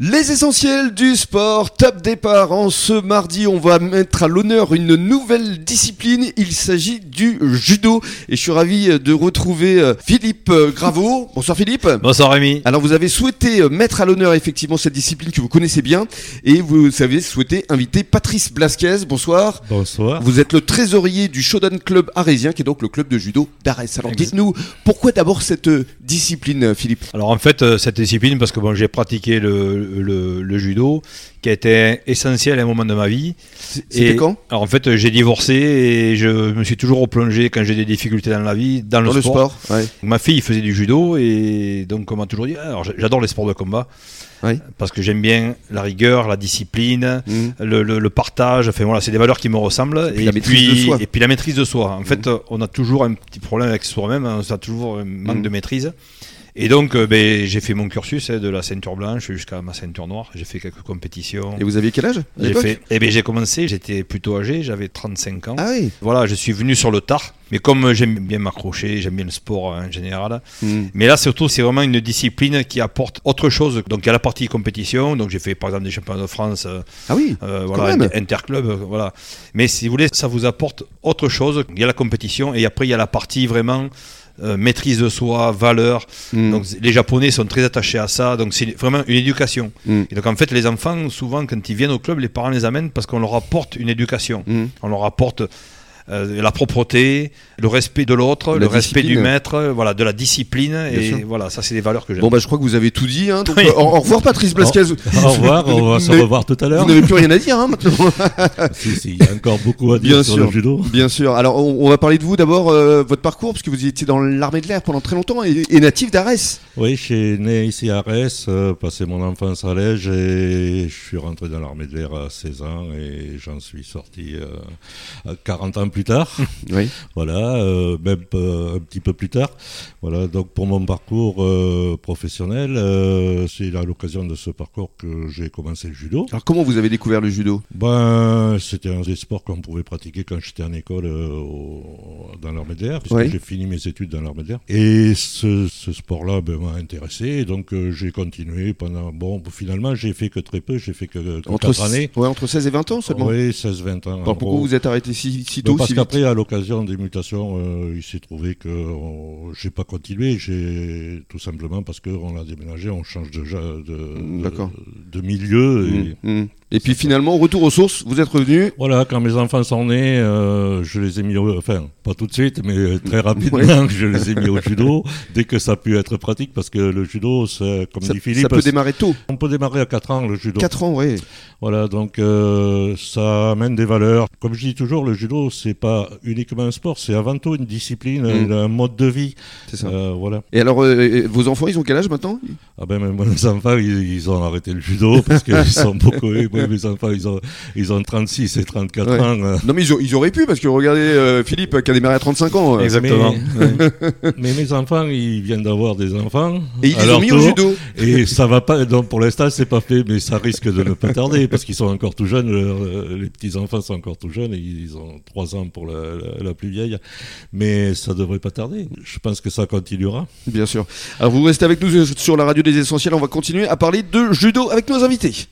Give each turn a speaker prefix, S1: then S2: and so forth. S1: Les essentiels du sport, top départ. En ce mardi, on va mettre à l'honneur une nouvelle discipline. Il s'agit du judo. Et je suis ravi de retrouver euh, Philippe Graveau. Bonsoir Philippe.
S2: Bonsoir Rémi.
S1: Alors vous avez souhaité euh, mettre à l'honneur effectivement cette discipline que vous connaissez bien. Et vous avez souhaité inviter Patrice Blasquez. Bonsoir.
S3: Bonsoir.
S1: Vous êtes le trésorier du Shodan Club arésien, qui est donc le club de judo d'Arès. Alors dites-nous, pourquoi d'abord cette euh, discipline, Philippe
S2: Alors en fait, euh, cette discipline, parce que bon, j'ai pratiqué le le, le, judo, qui a été essentiel à un moment de ma vie.
S1: C'était quand
S2: Alors en fait, j'ai divorcé et je me suis toujours replongé quand j'ai des difficultés dans la vie, dans,
S1: dans
S2: le sport.
S1: Le sport ouais.
S2: Ma fille faisait du judo et donc on m'a toujours dit, Ah, alors j'adore les sports de combat.
S1: Oui.
S2: Parce que j'aime bien la rigueur, la discipline, mmh. le, le, le, partage. Enfin voilà, c'est des valeurs qui me ressemblent.
S1: Et puis, et, la puis,
S2: et puis, la maîtrise de soi.
S1: Mm.
S2: En mmh. fait, on a toujours un petit problème avec soi-même. On a toujours un
S1: Mm.
S2: manque mmh. de maîtrise. Et donc, euh, ben, j'ai fait mon cursus hein, de la ceinture blanche jusqu'à ma ceinture noire. J'ai fait quelques compétitions.
S1: Et vous aviez quel âge
S2: J'ai fait. Eh ben, j'ai commencé. J'étais plutôt âgé. J'avais 35 ans.
S1: Ah oui.
S2: Voilà, je suis venu sur le tard. Mais comme j'aime bien m'accrocher, j'aime bien le sport en général. Mmh.
S3: Hmm.
S2: Mais là, surtout, c'est vraiment une discipline qui apporte autre chose. Donc, il y a la partie compétition. Donc, j'ai fait par exemple des championnats de France.
S1: Ah oui.
S2: Euh, voilà, interclub. euh, Voilà. Mais si vous voulez, ça vous apporte autre chose. Il y a la compétition et après, il y a la partie vraiment. Euh, maîtrise de soi, valeur.
S3: Hmm.
S2: Mm. Donc les Japonais sont très attachés à ça. Donc c'est vraiment une éducation. Mm. Et donc en fait, les enfants, souvent, quand ils viennent au club, les parents les amènent parce qu'on leur apporte une éducation. Mm.
S3: Hmm.
S2: On leur apporte euh, la propreté, le respect de l'autre, le respect du maître, voilà, de la discipline. Bien et sûr. voilà, ça, c'est des valeurs que j'aime.
S1: Bon, bah, je crois que vous avez tout dit. Hein, donc, oui. euh, au revoir, Patrice Blasquez.
S3: au revoir, on va se revoir tout à l'heure.
S1: Vous n'avez plus rien à dire hein, maintenant.
S3: si, si, il y a encore beaucoup à dire
S1: bien
S3: sur
S1: sûr,
S3: le judo.
S1: Bien sûr. Alors, on, on va parler de vous d'abord, euh, votre parcours, parce que vous étiez dans l'armée de l'air pendant très longtemps et, et natif d'Arès.
S3: Oui, je suis né ici à Arès, passé mon enfance à Lège et je suis rentré dans l'armée de l'air à 16 ans et j'en suis sorti euh, à 40 ans plus plus tard.
S1: Oui.
S3: Voilà, euh, même euh, un petit peu plus tard. Voilà, donc pour mon parcours euh, professionnel, euh, c'est à l'occasion de ce parcours que j'ai commencé le judo.
S1: Alors comment vous avez découvert le judo
S3: Ben, c'était un des sports qu'on pouvait pratiquer quand j'étais en école euh, au, dans l'armée d'air, puisque oui. j'ai fini mes études dans l'armée d'air. Et ce, ce sport-là ben, m'a intéressé, donc euh, j'ai continué pendant. Bon, finalement, j'ai fait que très peu, j'ai fait que, que
S1: entre
S3: 4 années.
S1: Ouais, entre 16 et 20 ans seulement
S3: Oui, 16-20 ans.
S1: Alors pourquoi vous êtes arrêté si, si tôt
S3: ben, parce
S1: si
S3: qu'après, à l'occasion des mutations, euh, il s'est trouvé que on... j'ai pas continué, j'ai tout simplement parce qu'on a déménagé, on change déjà de, de, de, milieu.
S1: Et, mmh, mmh. et puis finalement, ça. retour aux sources, vous êtes revenu.
S3: Voilà, quand mes enfants sont nés, euh, je les ai mis, au, enfin pas tout de suite, mais euh, très rapidement, ouais. je les ai mis au judo dès que ça a pu être pratique, parce que le judo, comme
S1: ça,
S3: dit Philippe,
S1: ça
S3: euh,
S1: peut démarrer tôt.
S3: On peut démarrer à 4 ans le judo.
S1: 4 ans, oui.
S3: Voilà, donc euh, ça amène des valeurs. Comme je dis toujours, le judo, c'est pas uniquement un sport, c'est avant tout une discipline, mmh. un mode de vie.
S1: Mm. C'est ça.
S3: Euh, voilà.
S1: Et alors, euh, vos enfants, ils ont quel âge maintenant
S3: Ah ben, mes enfants, ils, ils, ont arrêté le judo parce qu'ils sont beaucoup. Moi, mes enfants, ils ont, ils ont 36 et 34 ouais. ans. hein.
S1: Non, mais ils, ont, ils, auraient pu parce que regardez euh, Philippe qui a démarré à 35 ans. euh,
S2: Exactement.
S3: Mais, ouais. mais, mes enfants, ils viennent d'avoir des enfants.
S1: Et ils les ont mis tour, au judo.
S3: Et ça va pas. Donc pour l'instant, c'est pas fait, mais ça risque de ne pas tarder parce qu'ils sont encore tout jeunes. Leur, euh, les petits enfants sont encore tout jeunes et ils ont 3 ans pour la, la, la, plus vieille, mais ça devrait pas tarder. Je pense que ça continuera.
S1: euh, Bien sûr. Alors vous restez avec nous sur la radio des essentiels, on va continuer à parler de judo avec nos invités.